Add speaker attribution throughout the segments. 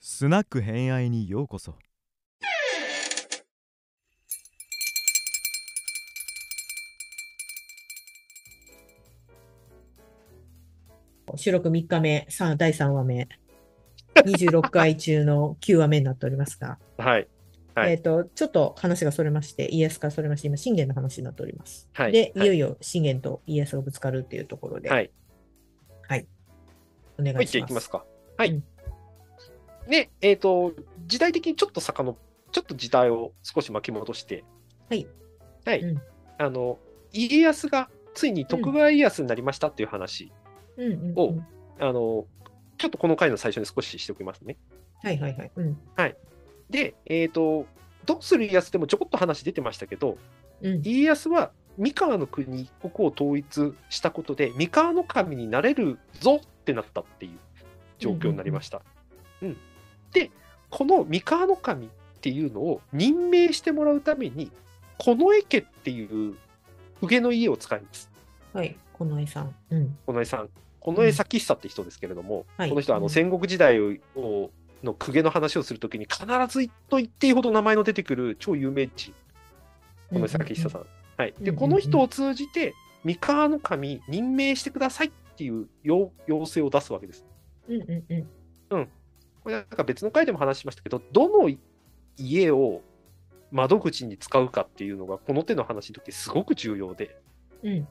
Speaker 1: スナック偏愛にようこそ
Speaker 2: 収録3日目、さあ第3話目、26回中の9話目になっておりますが、
Speaker 3: はい。 はい
Speaker 2: えっ、と、ちょっと話がそれまして、イエスからそれまして、今、信玄の話になっております。
Speaker 3: はい。
Speaker 2: で、
Speaker 3: はい
Speaker 2: よいよ信玄とイエスがぶつかるっていうところで、
Speaker 3: はい。
Speaker 2: お願
Speaker 3: もう
Speaker 2: い
Speaker 3: 一回
Speaker 2: し
Speaker 3: い
Speaker 2: ま
Speaker 3: き
Speaker 2: す。
Speaker 3: ますか。はい。
Speaker 2: うん
Speaker 3: で、えっ、と、時代的にちょっと遡、ちょっと時代を少し巻き戻して、
Speaker 2: はい。
Speaker 3: はい。
Speaker 2: うん
Speaker 3: あの、家康がついに徳川家康になりましたっていう話、
Speaker 2: うんうんうん
Speaker 3: おあの、ちょっとこの回の最初に少ししておきますね。
Speaker 2: はいはいはい。うん。
Speaker 3: で、えっ、と、どうする家康でもちょこっと話出てましたけど、
Speaker 2: うん。
Speaker 3: 家康は三河の国、ここを統一したことで、三河の神になれるぞってなったっていう状況になりました。うんで、この三河の神っていうのを任命してもらうために、近衛家っていう公家の家を使います。
Speaker 2: はい。この絵さん。うん。
Speaker 3: 近衛さん。近衛咲久って人ですけれども、
Speaker 2: はい
Speaker 3: この人はあ
Speaker 2: う
Speaker 3: の
Speaker 2: ん
Speaker 3: 戦国時代をの公家の話をするときに必ずと言っていいほど名前の出てくる超有名人この崎久さん。はい、
Speaker 2: うんうんう
Speaker 3: で、
Speaker 2: ん
Speaker 3: この人を通じて、三河の神、任命してくださいっていう要要請を出すわけです。
Speaker 2: うんうんうん。
Speaker 3: これ、なんか別の回でも話しましたけど、どの家を窓口に使うかっていうのが、この手の話の時すごく重要で、
Speaker 2: うん。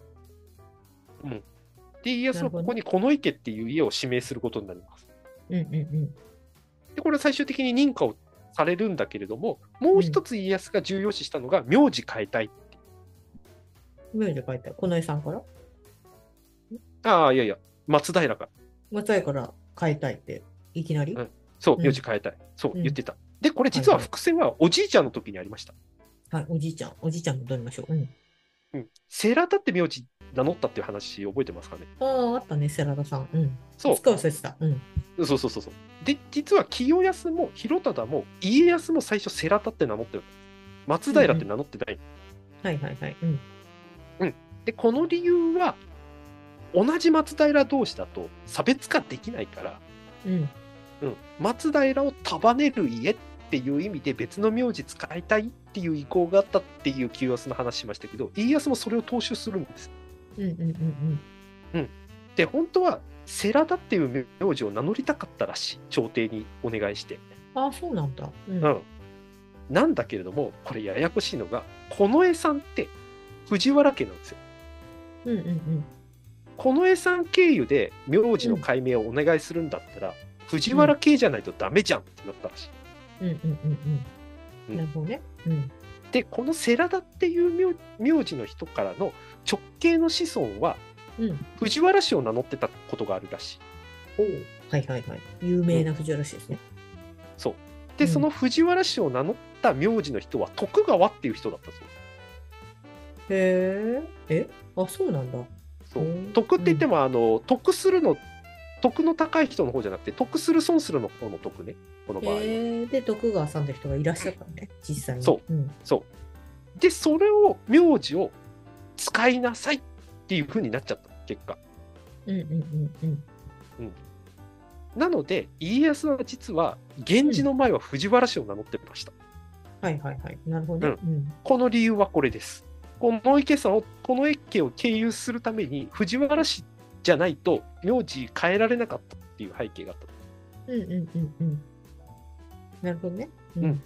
Speaker 3: で、家康はここにこの池っていう家を指名することになります。
Speaker 2: うんうんうん。
Speaker 3: で、これは最終的に認可をされるんだけれども、もう一つ家康が重要視したのが、名字変えたい。
Speaker 2: 名字書いてある。この絵さんから
Speaker 3: ああ、いやいや、松平から。
Speaker 2: 松江から変えたいって、いきなり、
Speaker 3: うんそうう、
Speaker 2: ん
Speaker 3: 名字変えたい。そう、
Speaker 2: うん
Speaker 3: 言ってた。で、これ実は
Speaker 2: はいはい
Speaker 3: 伏線はおじいちゃんの時にありました。
Speaker 2: はい、おじいちゃん、おじいちゃん戻りましょう。うん。
Speaker 3: うん。セラタって名字名乗ったっていう話覚えてますかね
Speaker 2: ああ、あったね、世良田さん。うん。
Speaker 3: そう
Speaker 2: いつか忘れてた。うん。
Speaker 3: そうそうそうそう。で、実は清康も広忠も家康も最初セラタって名乗ってる。松平って名乗ってない。
Speaker 2: はいはいはい。うん。
Speaker 3: で、この理由は、同じ松平同士だと差別化できないから、
Speaker 2: うん。
Speaker 3: うん、松平を束ねる家っていう意味で別の名字使いたいっていう意向があったっていう清康の話しましたけど、家康もそれを踏襲するんです。
Speaker 2: うんうんうん
Speaker 3: で本当は世良田っていう名字を名乗りたかったらしい朝廷にお願いして、
Speaker 2: うん。ああ、そうなんだ。うん。
Speaker 3: うんなんだけれどもこれややこしいのが近衛さんって藤原家なんですよ
Speaker 2: うんうんうん。
Speaker 3: 近衛さん経由で名字の解明をお願いするんだったら、藤原系じゃないとダメじゃんってなったらしい、
Speaker 2: うんうんうんう。
Speaker 3: うんん
Speaker 2: なるほどね。うん。
Speaker 3: でこの世良田っていう名名字の人からの直系の子孫は
Speaker 2: うん。
Speaker 3: 藤原氏を名乗ってたことがあるらしい
Speaker 2: おうはいはいはい。有名な藤原氏ですね。
Speaker 3: そうで、
Speaker 2: うん
Speaker 3: その藤原氏を名乗った名字の人は徳川っていう人だったそうです
Speaker 2: へえ。えあ、そうなんだ。
Speaker 3: そう
Speaker 2: うん
Speaker 3: 得って言っても、あの得するの得の高い人の方じゃなくて得する損するの方の得ねこの場合は、
Speaker 2: へえ。で、徳川さんの人がいらっしゃったのね、実際に。。
Speaker 3: そう
Speaker 2: うん。
Speaker 3: そうでそれを名字を使いなさいっていう風になっちゃった結果
Speaker 2: うんうんうんうん。
Speaker 3: なので家康は実は源氏の前は藤原氏を名乗ってました、
Speaker 2: はいはいはい。なるほどね。うん。
Speaker 3: この理由はこれですこの池さんをこの池を経由するために藤原氏じゃないと名字変えられなかったっていう背景があった
Speaker 2: うんうんうんうん。なるほどね。うん
Speaker 3: うん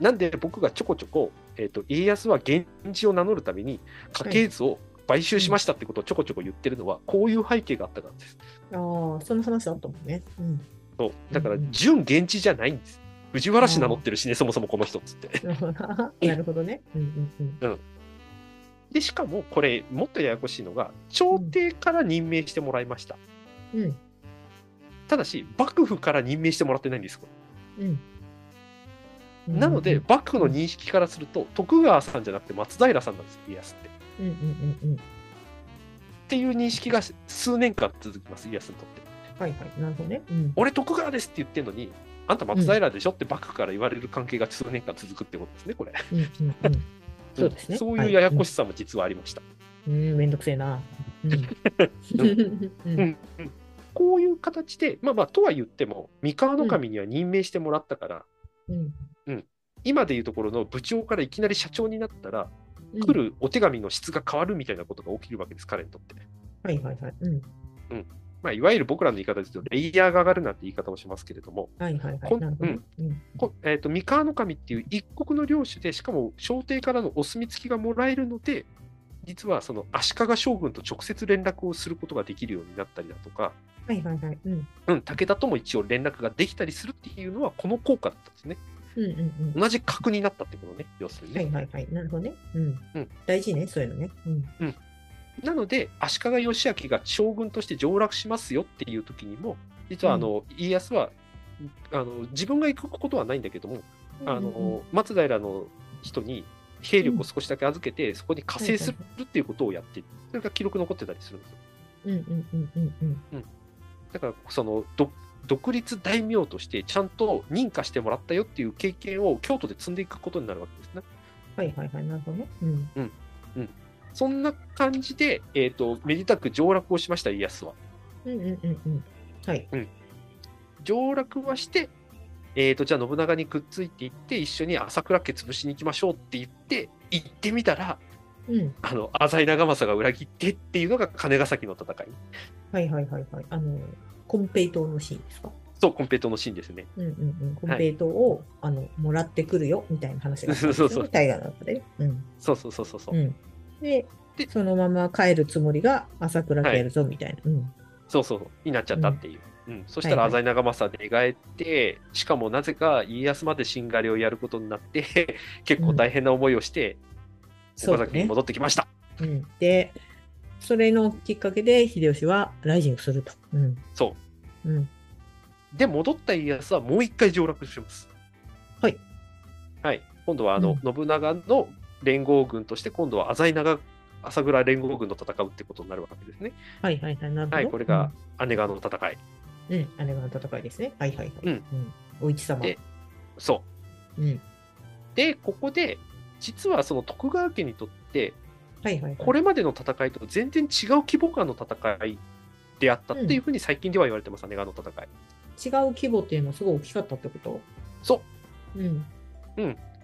Speaker 3: なんで僕がちょこちょこ、えー、と家康は源氏を名乗るために家系図を買収しましたってことをちょこちょこ言ってるのはこういう背景があったからです。
Speaker 2: ああ、その話あったもんね。 うん。
Speaker 3: そうだから
Speaker 2: うんうん
Speaker 3: 純源氏じゃないんです。藤原氏名乗ってるしねそもそもこの人っつって。
Speaker 2: なるほどね。うんうん
Speaker 3: でしかもこれもっとややこしいのが朝廷から任命してもらいました。
Speaker 2: うん。うん
Speaker 3: ただし幕府から任命してもらってないんです。
Speaker 2: うん。
Speaker 3: なので、幕府の認識からすると徳川さんじゃなくて松平さんなんです家康って。っ
Speaker 2: うんうんうんうん。
Speaker 3: ていう認識が数年間続きます家康にとって。
Speaker 2: はいはい、なるほどね。うん。
Speaker 3: 俺徳川ですって言ってんのにあんた松平でしょって幕府から言われる関係が数年間続くってことですねこれ
Speaker 2: うんうんうん。そうですね。
Speaker 3: そういうややこ
Speaker 2: し
Speaker 3: しさも実はありました、
Speaker 2: い。うん、うんめんどくせえな。うん。
Speaker 3: う
Speaker 2: うん
Speaker 3: こういう形で、まあまあ、とは言っても、三河の神には任命してもらったから、
Speaker 2: うん
Speaker 3: 今でいうところの部長からいきなり社長になったら、
Speaker 2: うん
Speaker 3: 来るお手紙の質が変わるみたいなことが起きるわけです、彼にとって。
Speaker 2: はいはいはい。うん。
Speaker 3: まあ、いわゆる僕らの言い方ですと、レイヤーが上がるなんて言い方をしますけれども、
Speaker 2: はいはいは
Speaker 3: こ
Speaker 2: い。
Speaker 3: ん
Speaker 2: なるほどね。うん。
Speaker 3: こえー、と三河の神っていう一国の領主で、しかも朝廷からのお墨付きがもらえるので、実はその足利将軍と直接連絡をすることができるようになったりだとか、
Speaker 2: はいはいはい。うん。
Speaker 3: うん、武田とも一応連絡ができたりするっていうのは、この効果だったんですね。
Speaker 2: うんうんうん。
Speaker 3: 同じ格になったってことね、要するに
Speaker 2: は
Speaker 3: ね。
Speaker 2: いはいはい。なるほどね。うん
Speaker 3: うん。
Speaker 2: 大事ね、そういうのね。うん。
Speaker 3: なので、足利義明が将軍として上洛しますよっていう時にも、実はあの、家康はあの自分が行くことはないんだけども、あ
Speaker 2: うんうん
Speaker 3: の松平の人に兵力を少しだけ預けて、そこに加勢するっていうことをやって、それが記録残ってたりするんですよ。
Speaker 2: うんうんうんうんうん。
Speaker 3: だからそのど独立大名としてちゃんと認可してもらったよっていう経験を京都で積んでいくことになるわけですね。
Speaker 2: はいはいはい。なるほどね。うん。
Speaker 3: そんな感じで、えー、とめでたく上洛をしました家康は。
Speaker 2: うんうんうんうん。はい。
Speaker 3: 上洛はして、えー、とじゃあ信長にくっついていって一緒に朝倉家潰しに行きましょうって言って行ってみたら
Speaker 2: うん。
Speaker 3: あの浅井長政が裏切ってっていうのが金ヶ崎の戦い
Speaker 2: はいはいはいはい。あの、コンペイトーのシーンですか
Speaker 3: そうコンペイトーのシーンですね
Speaker 2: うんうんうん。コンペイトーを、あの、もらってくるよ、みたいな話があったんです
Speaker 3: そうそう
Speaker 2: よ
Speaker 3: そ
Speaker 2: ね。
Speaker 3: う
Speaker 2: 大河の中でね。うん。
Speaker 3: そうそうそうそうそう、
Speaker 2: うん。で
Speaker 3: で、
Speaker 2: そのまま帰るつもりが朝倉家やるぞ、みたいな。うん。
Speaker 3: そうそうになっちゃったっていう、うんそしたら
Speaker 2: はいは
Speaker 3: 浅井長政寝返ってしかもなぜか家康までしんがりをやることになって 結構大変な思いをして
Speaker 2: そ
Speaker 3: 岡
Speaker 2: うだ
Speaker 3: 崎に
Speaker 2: ね。
Speaker 3: 戻ってきました
Speaker 2: うん。で、それのきっかけで秀吉はライジングすると。うん。
Speaker 3: そう,、
Speaker 2: うん。
Speaker 3: で戻った家康はもう一回上洛します
Speaker 2: はい
Speaker 3: はい今度はあの、信長の連合軍として今度は浅井長朝倉連合軍と戦うってことになるわけですね
Speaker 2: はいはいはい。なるほど。
Speaker 3: はいこれが姉川の戦い
Speaker 2: うん、うん、あれが戦いですね。はいはいはい。
Speaker 3: うん
Speaker 2: お市様。
Speaker 3: でそう
Speaker 2: うん。
Speaker 3: でここで実はその徳川家にとって
Speaker 2: はいはいはい。
Speaker 3: これまでの戦いと全然違う規模感の戦いであったっていうふうに最近では言われてます、姉川の戦い。
Speaker 2: 違う規模っていうのはすごい大きかったってこと
Speaker 3: そう
Speaker 2: うん。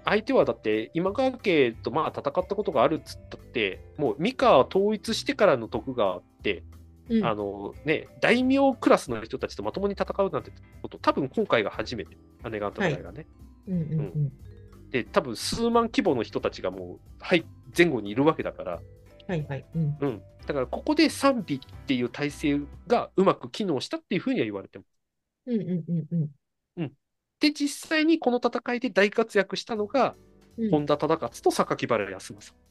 Speaker 3: 相手はだって今川家とまあ戦ったことがあるっつったってもう三河を統一してからの徳川って、
Speaker 2: うん、
Speaker 3: あのね大名クラスの人たちとまともに戦うなんてこと多分今回が初めて姉川の戦いがね、
Speaker 2: うんうんうん。
Speaker 3: で多分数万規模の人たちがもう、はい、前後にいるわけだから
Speaker 2: はいはい。うん。
Speaker 3: うん、だからここで賛美っていう体制がうまく機能したっていうふうには言われてます。
Speaker 2: うんうんうんうん
Speaker 3: で、実際にこの戦いで大活躍したのが、
Speaker 2: うん。
Speaker 3: 本田忠勝と榊原康政。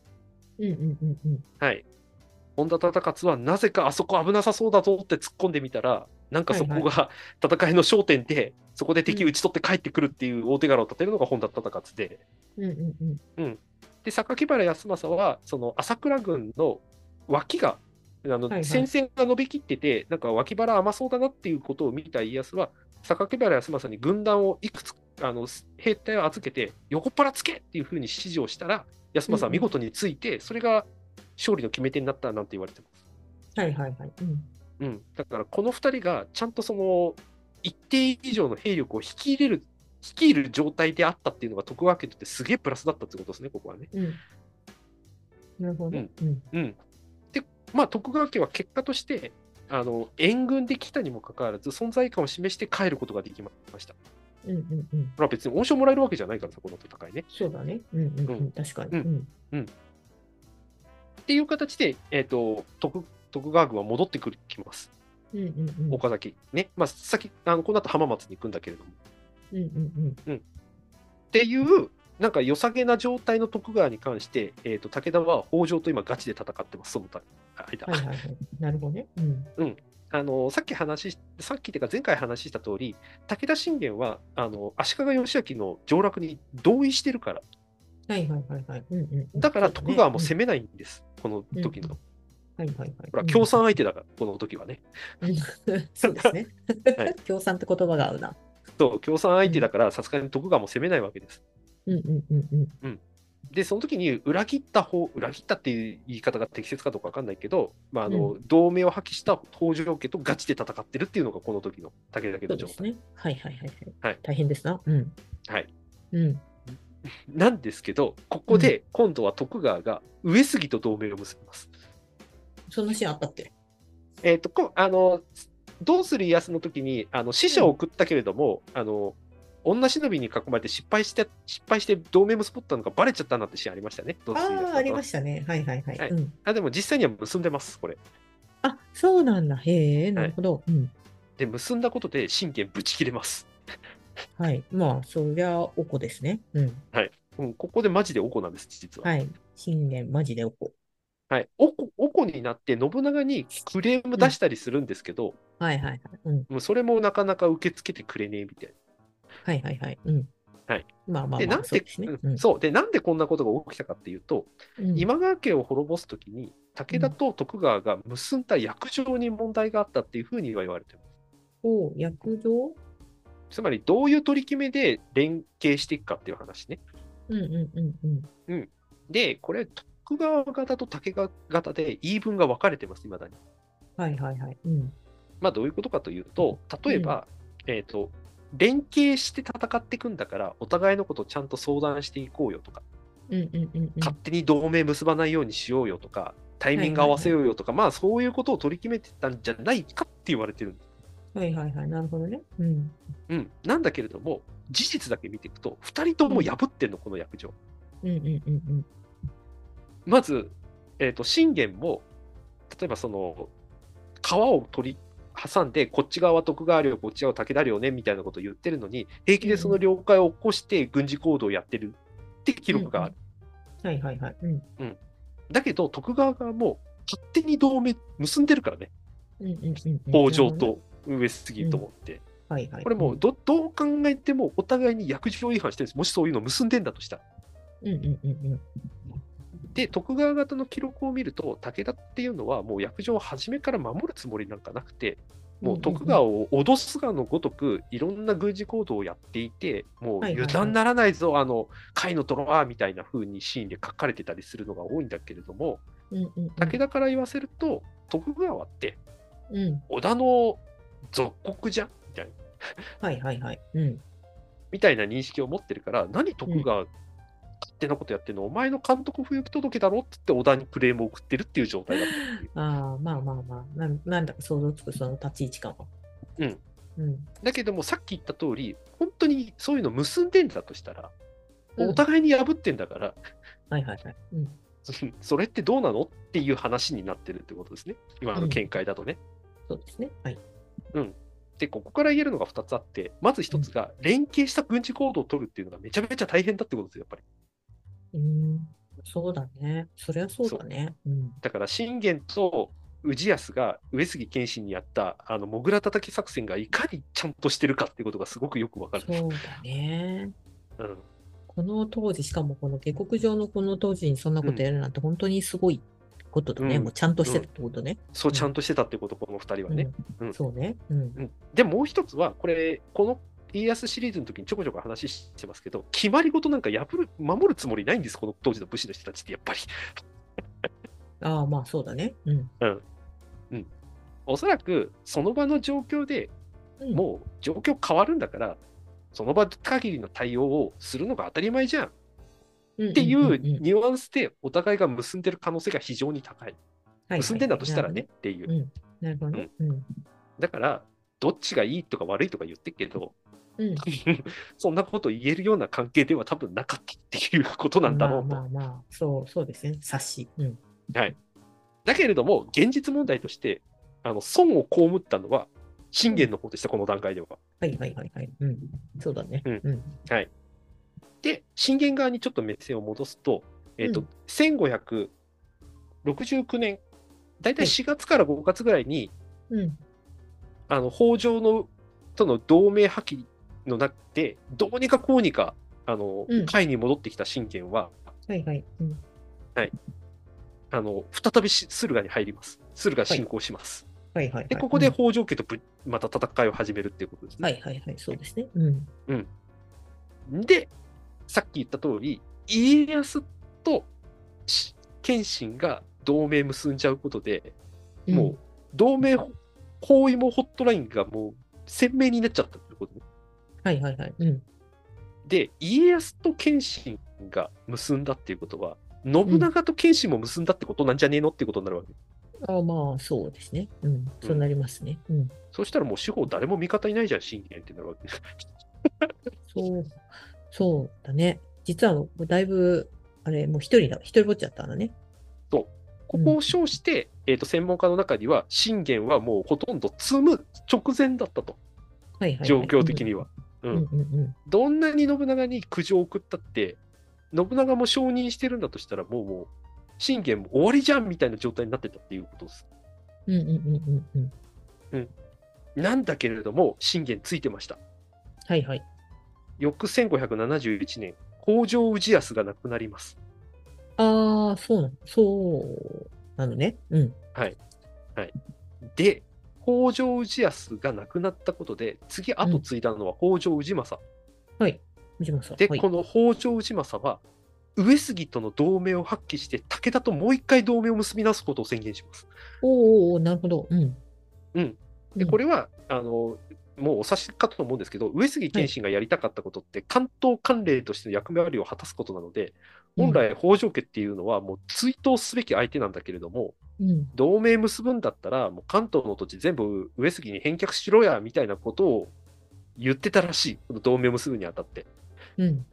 Speaker 2: うんうんうんうん。
Speaker 3: はい。本田忠勝はなぜかあそこ危なさそうだぞって突っ込んでみたら、なんかそこが 戦いの焦点で、そこで敵打ち取って帰ってくるっていう大手柄を立てるのが本田忠勝で、
Speaker 2: うんうんうん。
Speaker 3: で、榊原康政は、その朝倉軍の脇が、あの
Speaker 2: はいはい
Speaker 3: 戦線が伸びきってて、なんか脇腹甘そうだなっていうことを見た家康は、榊原康政に軍団をいくつかあの兵隊を預けて、横っ腹つけっていうふうに指示をしたら、康政は見事について、それが勝利の決め手になったなんて言われてます。
Speaker 2: はいはいはい。うん。
Speaker 3: うん、だからこの2人がちゃんとその一定以上の兵力を引き入れる、率いる状態であったっていうのが徳川家にとってすげえプラスだったってことですね、ここはね。
Speaker 2: うん。なるほど。うん。
Speaker 3: うん、で、まあ、徳川家は結果としてあの援軍で来たにもかかわらず存在感を示して帰ることができました。こ
Speaker 2: うんうんうん。
Speaker 3: れは別に恩賞もらえるわけじゃないからさ、この戦いね。
Speaker 2: そうだね。うんうんう
Speaker 3: うん
Speaker 2: ん。確かに。
Speaker 3: う
Speaker 2: うん。
Speaker 3: っていう形で、えー、と徳徳川軍は戻ってくるきます、
Speaker 2: うんうんうん。
Speaker 3: 岡崎。ねまあ、先あのこの後浜松に行くんだけれども。
Speaker 2: うんうん
Speaker 3: っていう、なんか良さげな状態の徳川に関して、えー、と武田は北条と今、ガチで戦ってます、その間。
Speaker 2: うん。はいはいはい。なるほどね。うん。
Speaker 3: あのさっき話し、さっきというか前回話した通り、武田信玄はあの足利義明の上洛に同意してるから、
Speaker 2: はいはいはいはい。うんうんうん。
Speaker 3: だから徳川も攻め
Speaker 2: め。
Speaker 3: ないんです、この時の。
Speaker 2: うんはいはいはい。
Speaker 3: ほら、共産相手だから、この時はね。
Speaker 2: うん。そうですね
Speaker 3: はい。
Speaker 2: 共産って言葉が合うな。
Speaker 3: そう、共産相手だから、さすがに徳川も攻めないわけです。
Speaker 2: うんうんうんうん。
Speaker 3: で、その時に裏切った方、裏切ったっていう言い方が適切かどうか分かんないけど、まああの同盟を破棄した北条家とガチで戦ってるっていうのがこの時の武田家の
Speaker 2: そう
Speaker 3: 状
Speaker 2: です
Speaker 3: 態。
Speaker 2: ね。はいはいはい。は
Speaker 3: はいい、
Speaker 2: 大変ですな。うん。
Speaker 3: はい。
Speaker 2: うん。
Speaker 3: なんですけど、ここで今度は徳川が上杉と同盟を結びます。
Speaker 2: そんなシーンあったって。
Speaker 3: えっ、と、こあの、どうする家康の時に、あの死者を送ったけれども、あの、女忍びに囲まれて失敗して、失敗して同盟結ぼったのがバレちゃったなんてシーンありましたね。どうする家康
Speaker 2: あ
Speaker 3: だ
Speaker 2: あ、
Speaker 3: と
Speaker 2: ありましたね。はいはいはい。
Speaker 3: はい
Speaker 2: うん、
Speaker 3: あ、でも実際には結んでます、これ。
Speaker 2: あそうなんだ。へえ、なるほど。うん。
Speaker 3: で、結んだことで神経ぶち切れます。
Speaker 2: はい。まあ、そりゃ、おこですね。うん。
Speaker 3: うん、ここでマジでおこなんです、実は。
Speaker 2: はい。信玄、マジでおこ。
Speaker 3: はい。おこ、おこになって信長にクレーム出したりするんですけど、
Speaker 2: はいはいはい。うん。
Speaker 3: もうそれもなかなか受け付けてくれねえみたい
Speaker 2: はいはいはい。うん。
Speaker 3: はい。
Speaker 2: まあ
Speaker 3: な。
Speaker 2: まあ
Speaker 3: で、
Speaker 2: ま
Speaker 3: な
Speaker 2: あ、
Speaker 3: ん
Speaker 2: そう
Speaker 3: で
Speaker 2: ですね。
Speaker 3: うんそう。で、なんでこんなことが起きたかっていうと、
Speaker 2: うん、
Speaker 3: 今川家を滅ぼすときに、武田と徳川が結んだ約定に問題があったっていうふうには言われてます。
Speaker 2: お薬状
Speaker 3: つまり、どういう取り決めで連携していくかっていう話ね。
Speaker 2: うんうんうんうん。
Speaker 3: で、これ、徳川方と武田方で言い分が分かれてます、未だに。
Speaker 2: はいはいはい。うん。
Speaker 3: まあ、どういうことかというと、例えば、えっ、と、連携して戦っていくんだから、お互いのことをちゃんと相談していこうよとか、
Speaker 2: うんうんうんうん。
Speaker 3: 勝手に同盟結ばないようにしようよとか、タイミング合わせようよとか、まあ、そういうことを取り決めてたんじゃないかって言われてるんです。
Speaker 2: はいはいはい。なるほどね。うん。
Speaker 3: うん。なんだけれども、事実だけ見ていくと、2人とも破ってんの、この約定。
Speaker 2: うんうんうんうん。
Speaker 3: まず、えっ、と、信玄も、例えばその、川を取り、挟んで、こっち側は徳川領、こっち側は武田領ね、みたいなことを言ってるのに、平気でその領海を起こして軍事行動をやってるって記録がある。
Speaker 2: はいはいはい。うん。
Speaker 3: だけど、徳川側も勝手に同盟結んでるからね、
Speaker 2: うんうんうんうん。
Speaker 3: 北条
Speaker 2: なるほどね。
Speaker 3: と上杉と思って。
Speaker 2: はいはい。
Speaker 3: これもうど、どう考えてもお互いに約定違反してるんです。もしそういうのを結んでんだとしたら。
Speaker 2: うんうんうんうん。
Speaker 3: で、徳川方の記録を見ると、武田っていうのは、もう約定を初めから守るつもりなんかなくて、もう徳川を脅すがのごとく、いろんな軍事行動をやっていて、もう
Speaker 2: はいはいはい
Speaker 3: 油断ならないぞ、あの、甲斐の泥はみたいな風にシーンで書かれてたりするのが多いんだけれども、
Speaker 2: うんうんうん。
Speaker 3: 武田から言わせると、徳川って
Speaker 2: うん。
Speaker 3: 織田の属国じゃんみたいな
Speaker 2: はいはいはい。うん。
Speaker 3: みたいな認識を持ってるから、何徳川勝手なことやってんの、お前の監督不行き届けだろって言って織田にクレームを送ってるっていう状態だったっていう。
Speaker 2: ああ、まあまあまあ。なんなんだか想像つくその立ち位置感は。
Speaker 3: うん。
Speaker 2: うん。
Speaker 3: だけどもさっき言った通り、本当にそういうの結んでんだとしたら、
Speaker 2: うん
Speaker 3: お互いに破ってんだから、
Speaker 2: はいはいはい。うん。
Speaker 3: それってどうなのっていう話になってるってことですね。今の見解だとね。
Speaker 2: そうですね。はい。
Speaker 3: で、ここから言えるのが2つあって、まず1つが、連携した軍事行動を取るっていうのがめちゃめちゃ大変だってことですよ、やっぱり。
Speaker 2: うん。そうだね。そりゃそうだね。うん。
Speaker 3: だから信玄と氏康が上杉謙信にやったあのモグラ叩き作戦がいかにちゃんとしてるかってことがすごくよくわかる。
Speaker 2: そうだね。
Speaker 3: うん
Speaker 2: この当時、しかもこの下克上のこの当時にそんなことやるなんて本当にすごいことだね。
Speaker 3: うん
Speaker 2: もうちゃんとしてたってことね。
Speaker 3: そうちゃんとしてたってこと、この2人はね。
Speaker 2: うん
Speaker 3: うん
Speaker 2: そうね。うん。
Speaker 3: うんで、もう一つは、これ、この家康シリーズの時にちょこちょこ話してますけど、決まり事なんか破る、守るつもりないんです、この当時の武士の人たちって、やっぱり。
Speaker 2: ああ、まあそうだね。うん。
Speaker 3: おそらく、その場の状況で
Speaker 2: うん
Speaker 3: もう状況変わるんだから、その場限りの対応をするのが当たり前じゃん
Speaker 2: うん、っ
Speaker 3: っていうニュアンスでお互いが結んでる可能性が非常に高い。結んでんだとしたらね。っていうう。
Speaker 2: ん。なるほどね。うん。
Speaker 3: だから、どっちがいいとか悪いとか言ってるけど、
Speaker 2: うん。
Speaker 3: そんなこと言えるような関係では多分なかったっていうことなんだろう
Speaker 2: まあ
Speaker 3: と。
Speaker 2: まあまあ、そう、そうですね。察し。うん。
Speaker 3: だけれども、現実問題として、あの損を被ったのは信玄の方でした、この段階では。
Speaker 2: はいはいはいはい。うん。そうだね。
Speaker 3: うん
Speaker 2: うん。
Speaker 3: で、信玄側にちょっと目線を戻すと、えっと
Speaker 2: うん
Speaker 3: 1569年、だいたい
Speaker 2: はい
Speaker 3: 4月から5月ぐらいに、
Speaker 2: うん。
Speaker 3: あの北条のとの同盟破棄の中で、どうにかこうにか、あの
Speaker 2: うん
Speaker 3: 甲斐に戻ってきた信玄は、
Speaker 2: はいはい。うん。
Speaker 3: あの再びし駿河に入ります。駿河侵攻します。
Speaker 2: はいはいはい。
Speaker 3: で、ここで
Speaker 2: うん
Speaker 3: 北条家とぶ、また戦いを始めるっていうことですね。
Speaker 2: はいはいはい。そうですね。うん。
Speaker 3: で、さっき言った通り、家康謙信が同盟結んじゃうことで、
Speaker 2: うん
Speaker 3: もう同盟ほ包囲網ホットラインがもう鮮明になっちゃったってことね
Speaker 2: はいはいはい。うん。
Speaker 3: で家康と謙信が結んだっていうことは信長と謙信も結んだってことなんじゃねえのってことになるわけ、
Speaker 2: あまあ、そうですね。うん。そうなりますね。うん。
Speaker 3: そうしたらもう司法誰も味方いないじゃん信玄ってなるわけ
Speaker 2: そう、そうだね。実は、だいぶ、あれ、もう一人だ、一人ぼっちだったんだね。
Speaker 3: ここを称して、えー、と専門家の中には信玄はもうほとんど積む直前だったと
Speaker 2: はいはい、はい。
Speaker 3: 状況的には、
Speaker 2: う。
Speaker 3: うんん
Speaker 2: うんうんうん。
Speaker 3: どんなに信長に苦情を送ったって、信長も承認してるんだとしたら、もうもう、信玄も終わりじゃんみたいな状態になってたっていうことです。
Speaker 2: うんうんうんうんうん。
Speaker 3: なんだけれども、信玄ついてました。
Speaker 2: はいはい。
Speaker 3: 翌1571年、北条氏康が亡くなります。
Speaker 2: ああ、そうなの、そうなのね。うん。
Speaker 3: で、北条氏康が亡くなったことで、次後継いだのは北条氏政。
Speaker 2: はい。藤本さん。
Speaker 3: で、
Speaker 2: はい、
Speaker 3: この北条氏政は、上杉との同盟を発揮して、武田ともう一回同盟を結び直すことを宣言します。
Speaker 2: おーおーおーなるほど。うん。
Speaker 3: うん。
Speaker 2: で
Speaker 3: これはあのもうお察しかと思うんですけど、上杉謙信がやりたかったことって、関東関連としての役割を果たすことなので、本、来、北条家っていうのは、もう追討すべき相手なんだけれども、
Speaker 2: うんうん
Speaker 3: 同盟結ぶんだったら、もう関東の土地全部上杉に返却しろやみたいなことを言ってたらしい、この同盟結ぶにあたって。
Speaker 2: うん。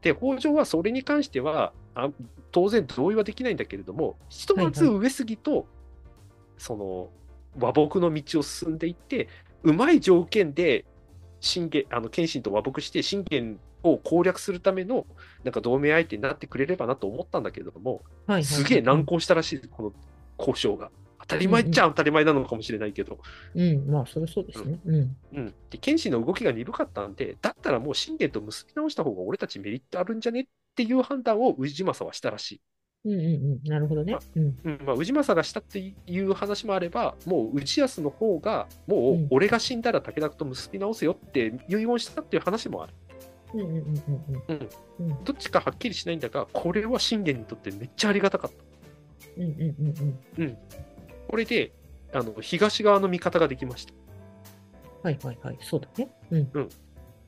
Speaker 3: で、北条はそれに関しては、あ当然同意はできないんだけれども、ひとまず
Speaker 2: はい
Speaker 3: 上杉と、その和睦の道を進んでいって、うまい条件で信玄あの謙信と和睦して、信玄を攻略するためのなんか同盟相手になってくれればなと思ったんだけれども、
Speaker 2: はい、はい。
Speaker 3: すげえ難航したらしい、この交渉が。当たり前っちゃ当たり前なのかもしれないけど、
Speaker 2: うん。まあ、そりゃそうですね。うん。
Speaker 3: うん、で謙信の動きが鈍かったんで、だったらもう信玄と結び直した方が俺たちメリットあるんじゃねっていう判断を氏政はしたらしい。
Speaker 2: うんうんうん。なるほどね
Speaker 3: あ。
Speaker 2: うん。
Speaker 3: うんまあ、氏政がしたっていう話もあれば、もう氏康の方が、も
Speaker 2: う
Speaker 3: うん俺が死んだら武田と結び直せよって遺言したっていう話もある。
Speaker 2: うんうんうんうんうん。うん
Speaker 3: どっちかはっきりしないんだが、これは信玄にとってめっちゃありがたかった。
Speaker 2: うんうんうんうん。
Speaker 3: これであの東側の味方ができました。
Speaker 2: はいはいはい。そうだね。うん。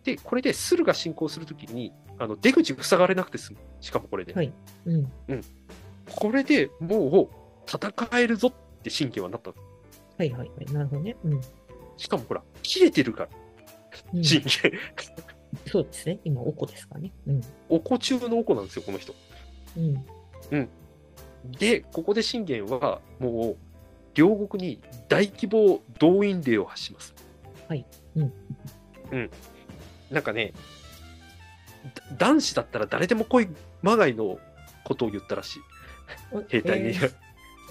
Speaker 3: で、これで駿河侵攻するときにあの出口塞がれなくて済む。しかもこれで。
Speaker 2: はいうん。
Speaker 3: これでもう戦えるぞって信玄はなった。
Speaker 2: はいはいはい。なるほどね。うん。
Speaker 3: しかもほら、切れてるか
Speaker 2: うん
Speaker 3: ら、信玄。
Speaker 2: そうですね。今、おこですからね。うん。
Speaker 3: おこ中のおこなんですよ、この人。
Speaker 2: うん。
Speaker 3: で、ここで信玄はもう両国に大規模動員令を発します。
Speaker 2: はい。うん。
Speaker 3: うん。なんかね、だ男子だったら誰でも来いまがいのことを言ったらしい。
Speaker 2: お
Speaker 3: 兵隊に。
Speaker 2: えー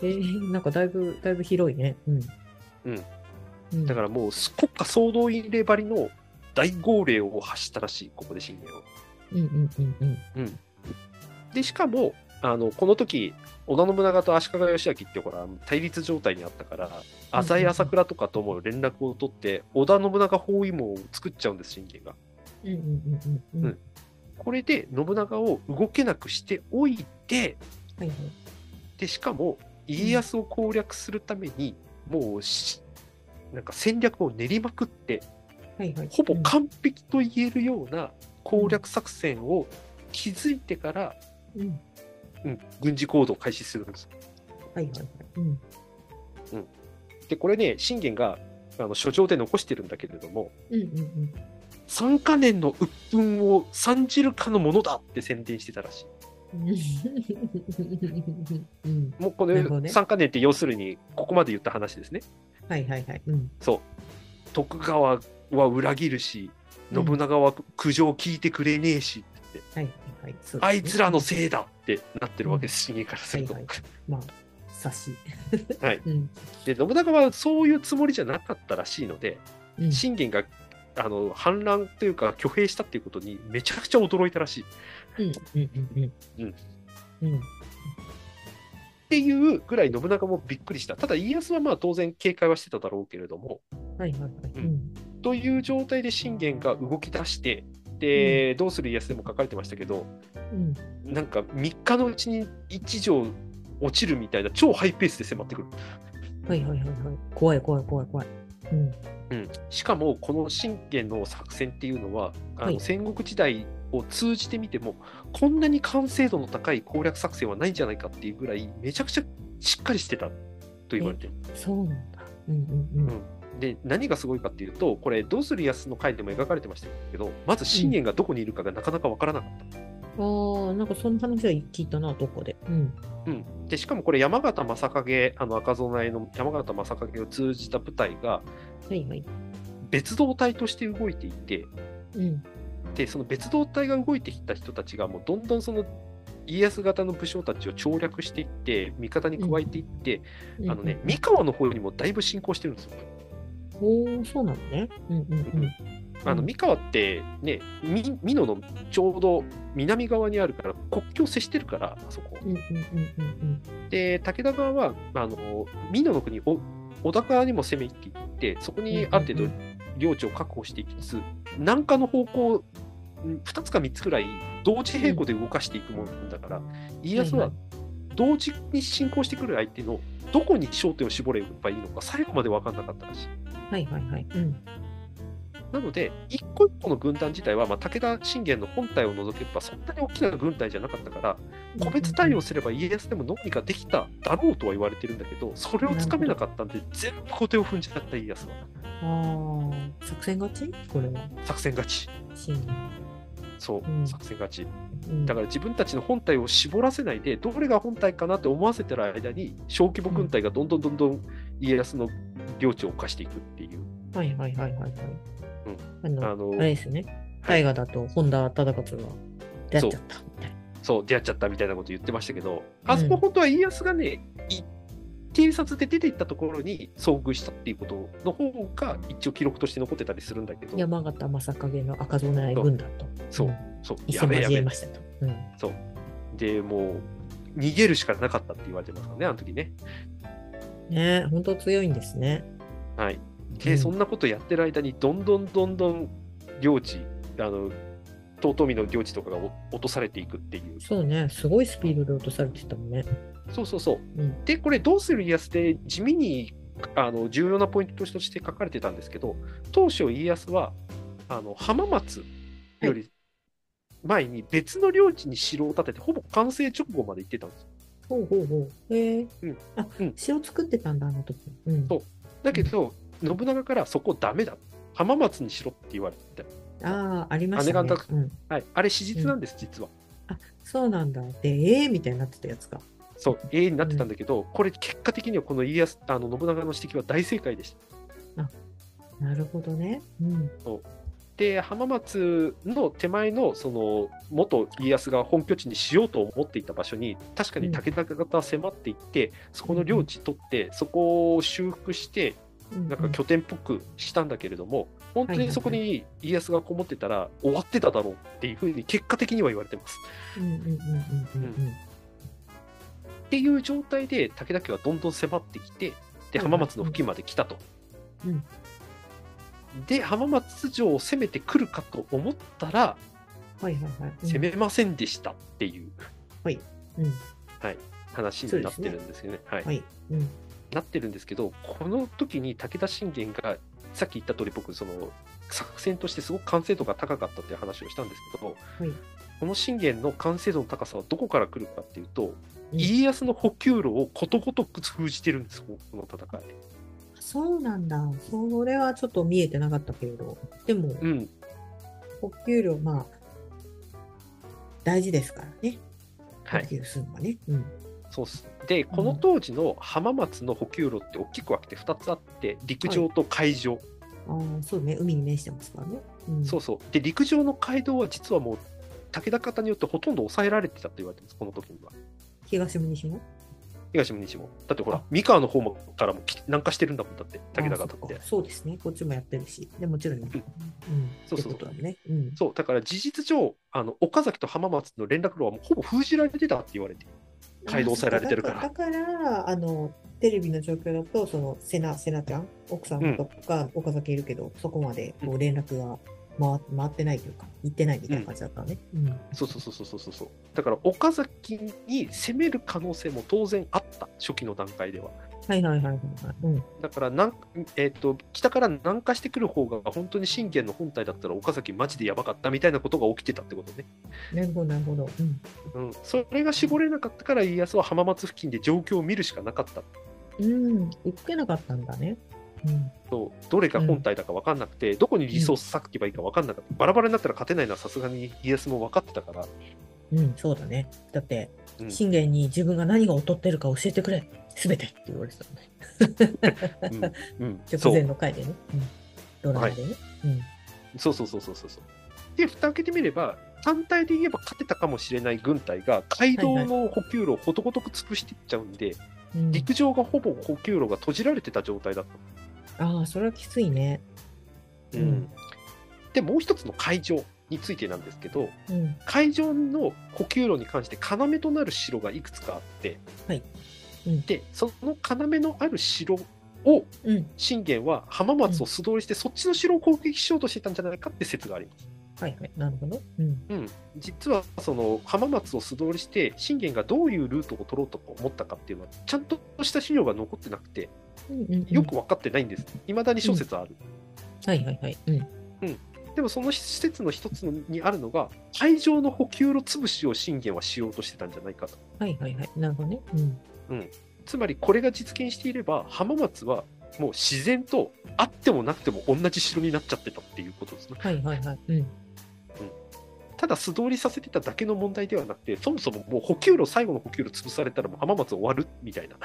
Speaker 2: えーなんかだいぶ、だいぶ広いね。うん。
Speaker 3: うん
Speaker 2: うん。、
Speaker 3: だかららもうす国家総動員令ばりの大号令を発したらしい、ここで信玄は。
Speaker 2: うんうんうんうん。
Speaker 3: で、しかも、あのこの時織田信長と足利義昭ってほら対立状態にあったから浅井朝倉とかとも連絡を取って織田信長包囲網を作っちゃうんです信玄が。
Speaker 2: うんうんうんうん。うん
Speaker 3: うんこれで信長を動けなくしておいて
Speaker 2: はいはい。
Speaker 3: でしかも家康を攻略するためにもうしなんか戦略を練りまくって
Speaker 2: はいはい。
Speaker 3: ほぼ完璧と言えるような攻略作戦を築いてから、
Speaker 2: うん。うん。
Speaker 3: うん、軍事行動を開始するんです。
Speaker 2: はいはいはい。うん。
Speaker 3: でこれね信玄があの書状で残してるんだけれども
Speaker 2: うんうんうん。
Speaker 3: 三カ年の鬱憤を参じるかのものだって宣伝してたらしい。
Speaker 2: うん、
Speaker 3: もうこ
Speaker 2: なるほど
Speaker 3: の
Speaker 2: ね
Speaker 3: 三カ年って要するにここまで言った話ですね。
Speaker 2: はいはいはい。うん、
Speaker 3: そう徳川は裏切るし
Speaker 2: うん
Speaker 3: 信長は苦情聞いてくれねえしって言って、
Speaker 2: はいはいはい。そうですね
Speaker 3: あいつらのせいだってなってるわけです信玄からすると。
Speaker 2: はいはまあ、察し。
Speaker 3: はい
Speaker 2: うん。
Speaker 3: で信長はそういうつもりじゃなかったらしいので
Speaker 2: うん、
Speaker 3: 信玄があの反乱というか挙兵したっていうことにめちゃくちゃ驚いたらしい。
Speaker 2: うんうんうんうん。うん。うん。
Speaker 3: っていうぐらい信長もびっくりした。ただ家康はまあ当然警戒はしてただろうけれども、
Speaker 2: はいはいはい。
Speaker 3: という状態で信玄が動き出して、で、どうする家康でも書かれてましたけど、
Speaker 2: うん
Speaker 3: なんか3日のうちに1畳落ちるみたいな超ハイペースで迫ってくる。
Speaker 2: はいはいはいはい。怖い怖い怖い怖い。うん。
Speaker 3: うん、しかもこの信玄の作戦っていうのはあの、
Speaker 2: はい
Speaker 3: 戦国時代を通じてみてもこんなに完成度の高い攻略作戦はないんじゃないかっていうぐらいめちゃくちゃしっかりしてたと言われてる
Speaker 2: そうなんだ。うんうんうん。
Speaker 3: で何がすごいかっていうとこれ「どうする家康」の回でも描かれてましたけどまず信玄がどこにいるかがなかなかわからなかった、
Speaker 2: ああ、なんかその話は聞いたな、どこで。うん。
Speaker 3: うん、でしかもこれ山形正景あの赤備えの山形正景を通じた部隊が
Speaker 2: はいはい。
Speaker 3: 別動隊として動いていて
Speaker 2: うん。
Speaker 3: でその別動隊が動いてきた人たちがもうどんどんその家康型の武将たちを調略していって味方に加えていって、あのね。三河の方にもだいぶ進行してるんですよ。
Speaker 2: おお、そうなのね。うんうんうん。
Speaker 3: あの
Speaker 2: うん
Speaker 3: 三河ってねみ美濃のちょうど南側にあるから国境接してるからあそこ。
Speaker 2: うんうんうんうんうん。
Speaker 3: で武田側はあの美濃の国お小田川にも攻め入っていってそこにある程
Speaker 2: うん
Speaker 3: 度領地を確保していきつつ南下の方向2つか3つくらい同時並行で動かしていくもんだから家康
Speaker 2: は
Speaker 3: はい同時に進行してくる相手のどこに焦点を絞ればいいのか最後まで分かんなかったらしい。
Speaker 2: はいはいはい。うん。
Speaker 3: なので一個一個の軍団自体は、まあ、武田信玄の本体を除けばそんなに大きな軍隊じゃなかったから個別対応すれば家康でもどうにかできただろうとは言われてるんだけどそれをつかめなかったんで全部後手を踏んじゃった家康は
Speaker 2: ああ、作戦勝ちこれは。
Speaker 3: 作戦勝ち
Speaker 2: シーン
Speaker 3: そう、
Speaker 2: うん
Speaker 3: 作戦勝ち
Speaker 2: うん
Speaker 3: だから自分たちの本体を絞らせないでどれが本体かなって思わせてる間に小規模軍隊がどんどんどんどん家康の領地を侵していくっていう
Speaker 2: はいはいはいはいはい。あの、
Speaker 3: あの
Speaker 2: あれですね。大河だと本田忠勝が出会っちゃったみたいな。
Speaker 3: そう出会っちゃったみたいなこと言ってましたけどあそうこ
Speaker 2: ん
Speaker 3: 本当は家康がね、い偵察で出て行ったところに遭遇したっていうことの方が一応記録として残ってたりするんだけど
Speaker 2: 山形正景の赤備え軍団と。。
Speaker 3: そうんそう、
Speaker 2: 一
Speaker 3: や
Speaker 2: 戦
Speaker 3: べえやべ
Speaker 2: 交え
Speaker 3: え
Speaker 2: ま。したと。うん。
Speaker 3: で、もう、逃げるしかなかったって言われてますからね、あの時ね。
Speaker 2: ね本当強いんですね。
Speaker 3: はい。で、
Speaker 2: うん
Speaker 3: そんなことやってる間に、どんどんどんどん領地、あの、遠江の領地とかがお落とされていくっていう。
Speaker 2: そうね、すごいスピードで落とされてたもんね。
Speaker 3: そうそうそう。
Speaker 2: うん。
Speaker 3: で、これ、どうする家康で地味にあの重要なポイントとして書かれてたんですけど、当初、家康はあの浜松より前に別の領地に城を建てて、ほぼ完成直後まで行ってたんですよ
Speaker 2: ほうほうほう。へえ
Speaker 3: うん
Speaker 2: あ、
Speaker 3: うん
Speaker 2: 城作ってたんだ、あの時。うん。
Speaker 3: そうだけど、信長からそこダメだ。浜松にしろって言われて、
Speaker 2: ああ、ありました
Speaker 3: 姉
Speaker 2: ね
Speaker 3: が。
Speaker 2: うん。
Speaker 3: はい、あれ史実なんです、実は。
Speaker 2: あ、そうなんだ。で、ええみたいになってたやつか。
Speaker 3: そう、永遠になってたんだけど、これ結果的にはこの家康、あの信長の指摘は大正解でした。
Speaker 2: なるほどね。うん。
Speaker 3: で、浜松の手前のその元家康が本拠地にしようと思っていた場所に、確かに武田方は迫っていって、そこの領地取って、そこを修復して、
Speaker 2: うん
Speaker 3: なんか拠点っぽくしたんだけれども、本当にそこに家康がこもってたら終わってただろうっていうふうに結果的には言われてます。
Speaker 2: うんうんうんうんうん
Speaker 3: っていう状態で武田家はどんどん迫ってきてで
Speaker 2: はい
Speaker 3: 浜松の付近まで来たと。
Speaker 2: うん
Speaker 3: で浜松城を攻めてくるかと思ったら
Speaker 2: うん。はいはいはい。
Speaker 3: 攻めませんでしたっていう
Speaker 2: うん。うん。
Speaker 3: 話になってるんですよね。はい
Speaker 2: はい。うん。
Speaker 3: なってるんですけどこの時に武田信玄がさっき言った通り僕その作戦としてすごく完成度が高かったっていう話をしたんですけど、
Speaker 2: い
Speaker 3: この信玄の完成度の高さはどこから来るかっていうと、
Speaker 2: うん
Speaker 3: 家康の補給路をことごとく封じてるんですよこの戦い。
Speaker 2: そうなんだ。それはちょっと見えてなかったけれど。でも、
Speaker 3: うん、
Speaker 2: 補給量、まあ、大事ですからね。
Speaker 3: は
Speaker 2: 補
Speaker 3: い、
Speaker 2: 給するのはね。うん。
Speaker 3: そうっす。で、この当時の浜松の補給路って大きく分けて2つあって、陸上と海上、
Speaker 2: ああ、そうね、海に面してますからね。うん、
Speaker 3: そうそう。で、陸上の街道は実はもう、武田方によってほとんど抑えられてたと言われてます、この時には。
Speaker 2: 東も西も。
Speaker 3: 東も西も。だってほら
Speaker 2: あ、
Speaker 3: 三河の方もからもき南下してるんだもんだって、武田
Speaker 2: あ
Speaker 3: 方
Speaker 2: あ
Speaker 3: っ
Speaker 2: そ
Speaker 3: て
Speaker 2: か。そうですね、こっちもやってるし、でもちろん、うん、
Speaker 3: そうそう
Speaker 2: ってことだね。うん、
Speaker 3: そう、だから事実上、あの岡崎と浜松の連絡路はもうほぼ封じられてたって言われてる街道抑えられてるから
Speaker 2: あそうだだから、あの、テレビの状況だと、その、瀬名、瀬名ちゃん、奥さんとか、岡崎いるけど、そこまでこう連絡が回回ってないというか、行ってないみたいな感じだったね。うん。
Speaker 3: そうそうそうそうそうそう。だから岡崎に攻める可能性も当然あった、初期の段階では。
Speaker 2: はいはいはいはいはい。うん。
Speaker 3: だから南、えーと、北から南下してくる方が、本当に信玄の本体だったら岡崎マジでやばかったみたいなことが起きてたってことね。
Speaker 2: なるほどなるほど。うん。
Speaker 3: うん、それが絞れなかったから家康は浜松付近で状況を見るしかなかった
Speaker 2: うん、受けなかったんだね。うん、
Speaker 3: とどれが本体だか分かんなくて、どこにリソース割けばいいか分かんなかったバラバラになったら勝てないのはさすがに家康も分かってたから、
Speaker 2: うん、そうだね。だって、
Speaker 3: うん
Speaker 2: 信玄に自分が何が劣ってるか教えてくれ、すべてって言われてたもんね。
Speaker 3: うんうん、そ
Speaker 2: 直前
Speaker 3: う
Speaker 2: の回でね。うん、ドラマでね。うん
Speaker 3: そうそうそうそうそうそうで蓋開けてみれば単体で言えば勝てたかもしれない軍隊が街道の補給路をことごとく潰していっちゃうんで、
Speaker 2: うん
Speaker 3: 陸上がほぼ補給路が閉じられてた状態だっ
Speaker 2: ああ、それはきついね。
Speaker 3: た、
Speaker 2: うん
Speaker 3: でもう一つの海上についてなんですけど、
Speaker 2: うん、
Speaker 3: 海上の補給路に関して要となる城がいくつかあって、
Speaker 2: はいうん
Speaker 3: でその要のある城を
Speaker 2: うん、
Speaker 3: 信玄は浜松を素通りして、そっちの城を攻撃しようとしてたんじゃないかって説があります。
Speaker 2: はいはい、なるほど。うん、
Speaker 3: うん、実はその浜松を素通りして信玄がどういうルートを取ろうと思ったかっていうのはちゃんとした資料が残ってなくて
Speaker 2: うんうんうん
Speaker 3: よく分かってないんです。いまだに諸説ある。
Speaker 2: はいはいはい。うん、
Speaker 3: でもその施設の一つにあるのが海上の補給路潰しを信玄はしようとしてたんじゃないかと。
Speaker 2: はいはいはい、なるほどね。うん、
Speaker 3: つまりこれが実現していれば浜松はもう自然とあってもなくても同じ城になっちゃってたっていうことですね
Speaker 2: はいはいはい。うん、
Speaker 3: ただ素通りさせてただけの問題ではなくてそもそももう補給路最後の補給路潰されたらもう浜松終わるみたいな、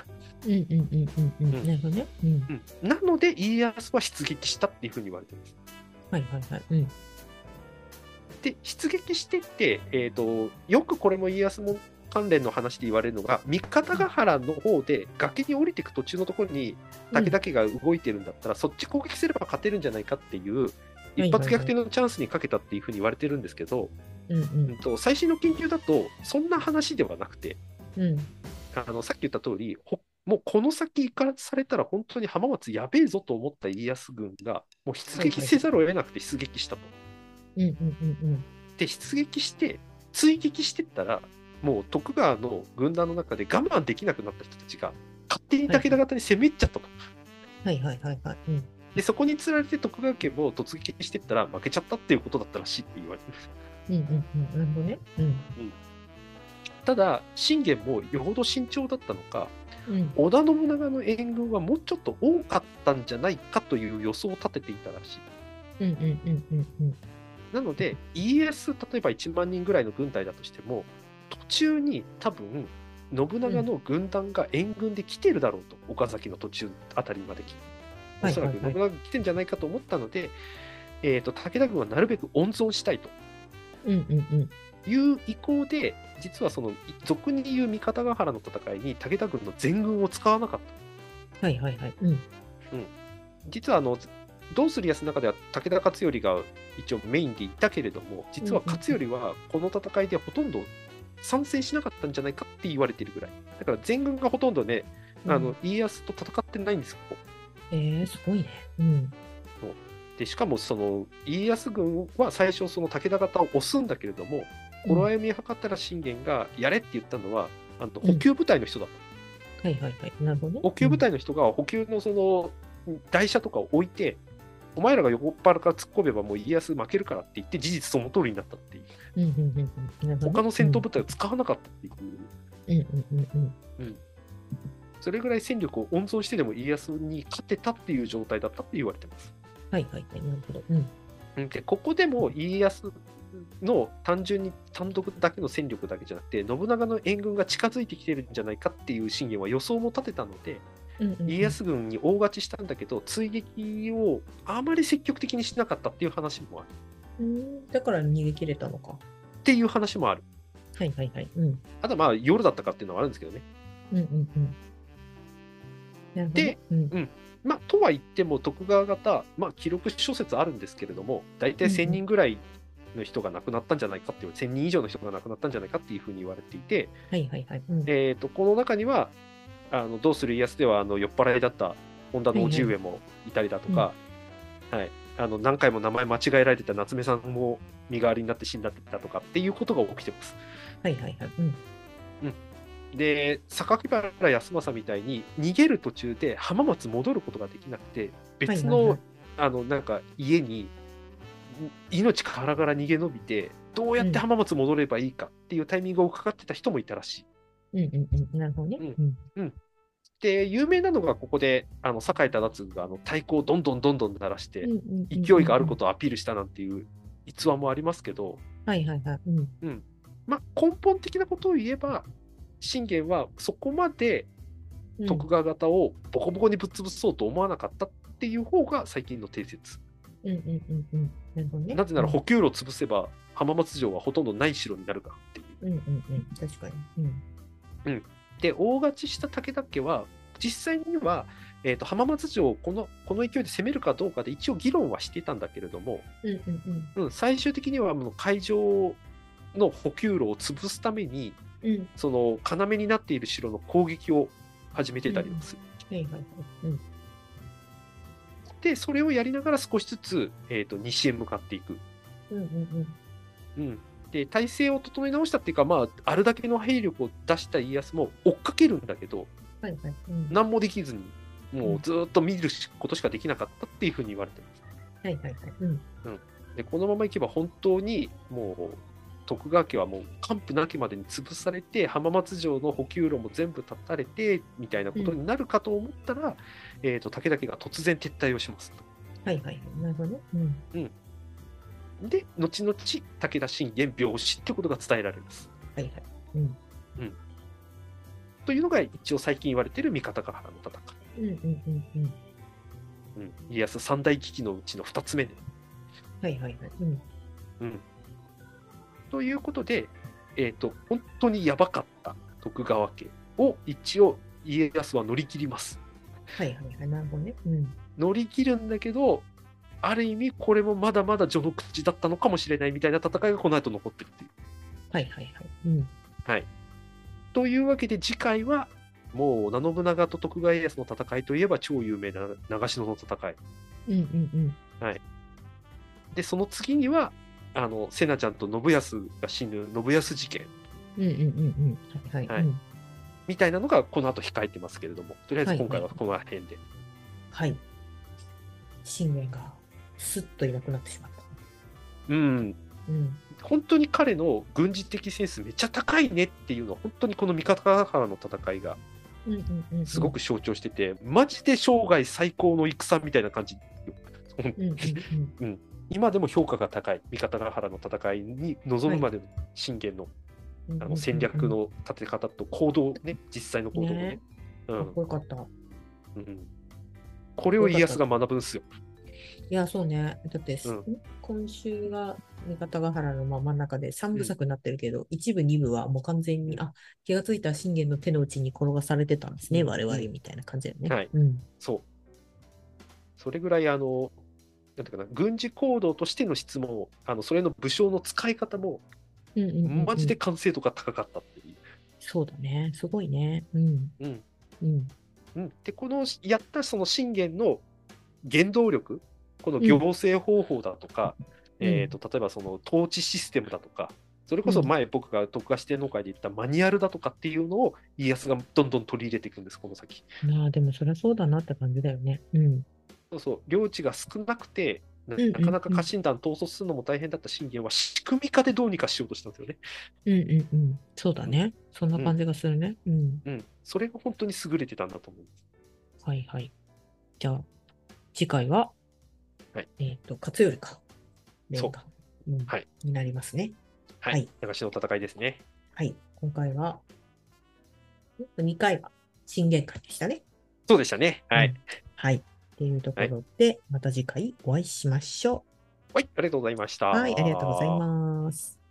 Speaker 2: うん、うん、うん、うん、うん、なるほどね。うん、
Speaker 3: うん、なので家康は出撃したっていうふうに言われてます
Speaker 2: はいはいはい。うん、
Speaker 3: で出撃してって、えー、とよくこれも家康も関連の話で言われるのが三方ヶ原の方で崖に降りていく途中のところに武田家が動いてるんだったら、そっち攻撃すれば勝てるんじゃないかっていう一発逆転のチャンスにかけたっていうふうに言われてるんですけど、
Speaker 2: うん、う
Speaker 3: うん
Speaker 2: ん、
Speaker 3: と最新の研究だとそんな話ではなくて
Speaker 2: うん、
Speaker 3: あのさっき言った通りほもうこの先行かされたら本当に浜松やべえぞと思った家康軍がもう出撃せざるを得なくて出撃したと。
Speaker 2: うん、うん、うん、うん。
Speaker 3: で出撃して追撃してったらもう徳川の軍団の中で我慢できなくなった人たちが勝手に武田方に攻め入っちゃったと。
Speaker 2: はいはいはいはい。うん。
Speaker 3: で、そこに釣られて徳川家も突撃してったら負けちゃったっていうことだったらしいって言われてる。
Speaker 2: うんうんうん。なるほどね。うん。
Speaker 3: ただ、信玄もよほど慎重だったのか、
Speaker 2: うん。
Speaker 3: 織田信長の援軍はもうちょっと多かったんじゃないかという予想を立てていたらしい。
Speaker 2: うんうんうんうんうん。
Speaker 3: なので、家康、例えば1万人ぐらいの軍隊だとしても、途中に多分、信長の軍団が援軍で来てるだろうと、岡崎の途中あたりまで来て。お
Speaker 2: はい
Speaker 3: そ
Speaker 2: はい
Speaker 3: ら
Speaker 2: は
Speaker 3: く信
Speaker 2: い。
Speaker 3: 長が来てんじゃないかと思ったので、えーと武田軍はなるべく温存したいと。
Speaker 2: うんうんうん。
Speaker 3: いう意向で、実はその俗に言う三方ヶ原の戦いに武田軍の全軍を使わなかった。
Speaker 2: はいはいはい。うん。
Speaker 3: 実はあのどうするやすの中では武田勝頼が一応メインでいたけれども、実は
Speaker 2: うんうんうん
Speaker 3: 勝頼はこの戦いでほとんど参戦しなかったんじゃないかって言われてるぐらい。だから全軍がほとんどね、あの、家康と戦ってないんですよ。
Speaker 2: えー、すごいね。うん。
Speaker 3: でしかもその家康軍は最初その武田方を押すんだけれども、頃合いを見計ったら信玄がやれって言ったのは、あの補給部隊の人だった。
Speaker 2: はいはいはい。なるほどね。
Speaker 3: 補給部隊の人が補給のその台車とかを置いて、お前らが横っ腹から突っ込めばもう家康負けるからって言って、事実その通りになったっていう、
Speaker 2: うんうんうんうん。なるほどね。
Speaker 3: 他の戦闘部隊を使わなかったっていう、
Speaker 2: うんうんうんうん。
Speaker 3: それぐらい戦力を温存してでも家康に勝てたっていう状態だったって言われてます。
Speaker 2: はいはいはい。なるほど。うん。
Speaker 3: うんで、ここでも家康の単純に単独だけの戦力だけじゃなくて、信長の援軍が近づいてきてるんじゃないかっていう信玄は予想も立てたので、
Speaker 2: うんうんうん
Speaker 3: 家康軍に大勝ちしたんだけど、追撃をあまり積極的にしなかったっていう話もある。
Speaker 2: うん。だから逃げ切れたのか。
Speaker 3: っていう話もある。
Speaker 2: はいはいはい。うん。うん
Speaker 3: あとはまあ夜だったかっていうのはあるんですけどね。
Speaker 2: うんうん。なるほどね
Speaker 3: で、
Speaker 2: うん。
Speaker 3: まあ、とは言っても徳川方、まあ、記録諸説あるんですけれども、大体
Speaker 2: うんうん
Speaker 3: 1000人ぐらいの人が亡くなったんじゃないかっていう、1000人以上の人が亡くなったんじゃないかっていうふうに言われていて、
Speaker 2: はいはいはい。うん。
Speaker 3: えー、とこの中にはあの「どうする家康」ではあの酔っ払いだった本田の叔父上もいたりだとか、はいあの何回も名前間違えられてた夏目さんも身代わりになって死んだったとかっていうことが起きてます。
Speaker 2: はいはいはい。うん。
Speaker 3: で榊原康政みたいに逃げる途中で浜松戻ることができなくて別の,、
Speaker 2: はいはい
Speaker 3: あのなんか家にい命からがら逃げ延びてどうやって浜松戻ればいいかっていうタイミングを伺ってた人もいたらしい。
Speaker 2: はい。うんうんうん。なるほどね。
Speaker 3: うん
Speaker 2: うん。
Speaker 3: で有名なのがここであの堺忠次があの太鼓をどんどんどんどん鳴らして
Speaker 2: うんうんうん
Speaker 3: 勢いがあることをアピールしたなんていう逸話もありますけど、
Speaker 2: はいはいはい。うん。
Speaker 3: まあ、根本的なことを言えば信玄はそこまで
Speaker 2: うん
Speaker 3: 徳川方をボコボコにぶっ潰そうと思わなかったっていう方が最近の定説、
Speaker 2: うんうんうんうん。なるほどね。
Speaker 3: なぜなら補給路を潰せば浜松城はほとんどない城になるからっていう
Speaker 2: うんうんうん。確かに。うん。
Speaker 3: で大勝ちした武田家は実際には、えー、と浜松城をこのこの勢いで攻めるかどうかで一応議論はしてたんだけれども、
Speaker 2: うんうんうん。
Speaker 3: うん、最終的にはもう会場の補給路を潰すために
Speaker 2: うん。
Speaker 3: その要になっている城の攻撃を始めてたりもする。
Speaker 2: はいはいはい。うん。
Speaker 3: でそれをやりながら少しずつ、えー、と西へ向かっていく、
Speaker 2: うんうん
Speaker 3: うん、で体制を整え直したっていうか、まあ、あれだけの兵力を出した家康も追っかけるんだけど
Speaker 2: うん。はいはい。うん。
Speaker 3: 何もできずにもうずーっと見ることしかできなかったっていうふうに言われてます
Speaker 2: はいはいはい。うん。
Speaker 3: でこのままいけば本当にもう徳川家はもう完膚なきまでに潰されて浜松城の補給路も全部断たれてみたいなことになるかと思ったら、えー、と武田家が突然撤退をします
Speaker 2: はいはいはい。なるほどね。うん。
Speaker 3: で後々武田信玄病死ってことが伝えられます
Speaker 2: はいはい。うん。
Speaker 3: というのが一応最近言われている三方ヶ原の戦い、
Speaker 2: うんうんうんうん。
Speaker 3: うん、家康三大危機のうちの2つ目ね、
Speaker 2: はいはいはい。うん。
Speaker 3: うん、ということで、えー、と本当にやばかった徳川家を一応家康は乗り切ります
Speaker 2: はいはいはい。なるほどね。うん。
Speaker 3: 乗り切るんだけどある意味これもまだまだ序の口だったのかもしれないみたいな戦いがこの後残ってるっていう。
Speaker 2: はいはいはい。うん。
Speaker 3: というわけで次回はもう織田信長と徳川家康の戦いといえば超有名な長篠の戦い
Speaker 2: うんうんうん。
Speaker 3: でその次にはあの瀬名ちゃんと信康が死ぬ信康事件
Speaker 2: うんうんうんうん。はいはい。
Speaker 3: はい
Speaker 2: うん
Speaker 3: みたいなのがこの後控えてますけれどもとりあえず今回ははいこの辺で、
Speaker 2: はい。信玄がすっといなくなってしまった。
Speaker 3: うん
Speaker 2: うん。
Speaker 3: 本当に彼の軍事的センスめっちゃ高いねっていうのは本当にこの三方ヶ原の戦いが
Speaker 2: うんうんうんうん。
Speaker 3: すご。く象徴してて、マジで生涯最高の戦みたいな感じよ
Speaker 2: うんうんうん。
Speaker 3: 今でも評価が高い三方ヶ原の戦いに臨むまでの信玄の,、
Speaker 2: うんうんうん
Speaker 3: あの戦略。の立て方と行動ね実際の行動ね
Speaker 2: ね
Speaker 3: う
Speaker 2: かっ
Speaker 3: ん
Speaker 2: こよかった。い
Speaker 3: うん、これを家康が学ぶんですよ。
Speaker 2: や、そうね。だってす、
Speaker 3: うん
Speaker 2: 今週が三方ヶ原のまあ真ん中で三部作になってるけど、一部、二部はもう完全に、あ、気がついたら信玄の手の内に転がされてたんですね、
Speaker 3: うん
Speaker 2: 我々みたいな感じだよね。
Speaker 3: はい
Speaker 2: うん。
Speaker 3: そうそれぐらいあのなんていうかな軍事行動としての質問あのそれの武将の使い方も
Speaker 2: うんうんうんうん
Speaker 3: マジで。完成度が高かったっていう。
Speaker 2: そうだね。すごいね。うん。
Speaker 3: うん
Speaker 2: うん。
Speaker 3: うん、でこのやったその信玄の原動力この行政方法だとか、
Speaker 2: うん
Speaker 3: えー、と例えばその統治システムだとかそれこそ前僕が徳川四天王会で言ったマニュアルだとかっていうのを家康がどんどん取り入れていくんですこの先
Speaker 2: まあ、でもそりゃそうだなって感じだよね。うん。
Speaker 3: そうそう領地が少なくてな
Speaker 2: うんうん
Speaker 3: なかなか家臣団統率するのも大変だった信玄は仕組み化でどうにかしようとしたんですよね、
Speaker 2: うんうんうん。そうだね。そんな感じがするね。うん。
Speaker 3: うん、それが本当に優れてたんだと思う
Speaker 2: はいはい。じゃあ、次回は、
Speaker 3: はい
Speaker 2: えっ、と、勝頼か。蓮
Speaker 3: そう
Speaker 2: か。うん
Speaker 3: はい
Speaker 2: になりますね。
Speaker 3: はい、
Speaker 2: はい
Speaker 3: 長篠の戦いですね
Speaker 2: はい。今回は、2回は新玄関でしたね。
Speaker 3: そうでしたねはい、
Speaker 2: うんはい。っていうところで、また次回お会いしましょ
Speaker 3: はいありがとうございました
Speaker 2: う。はい、ありがとうございます。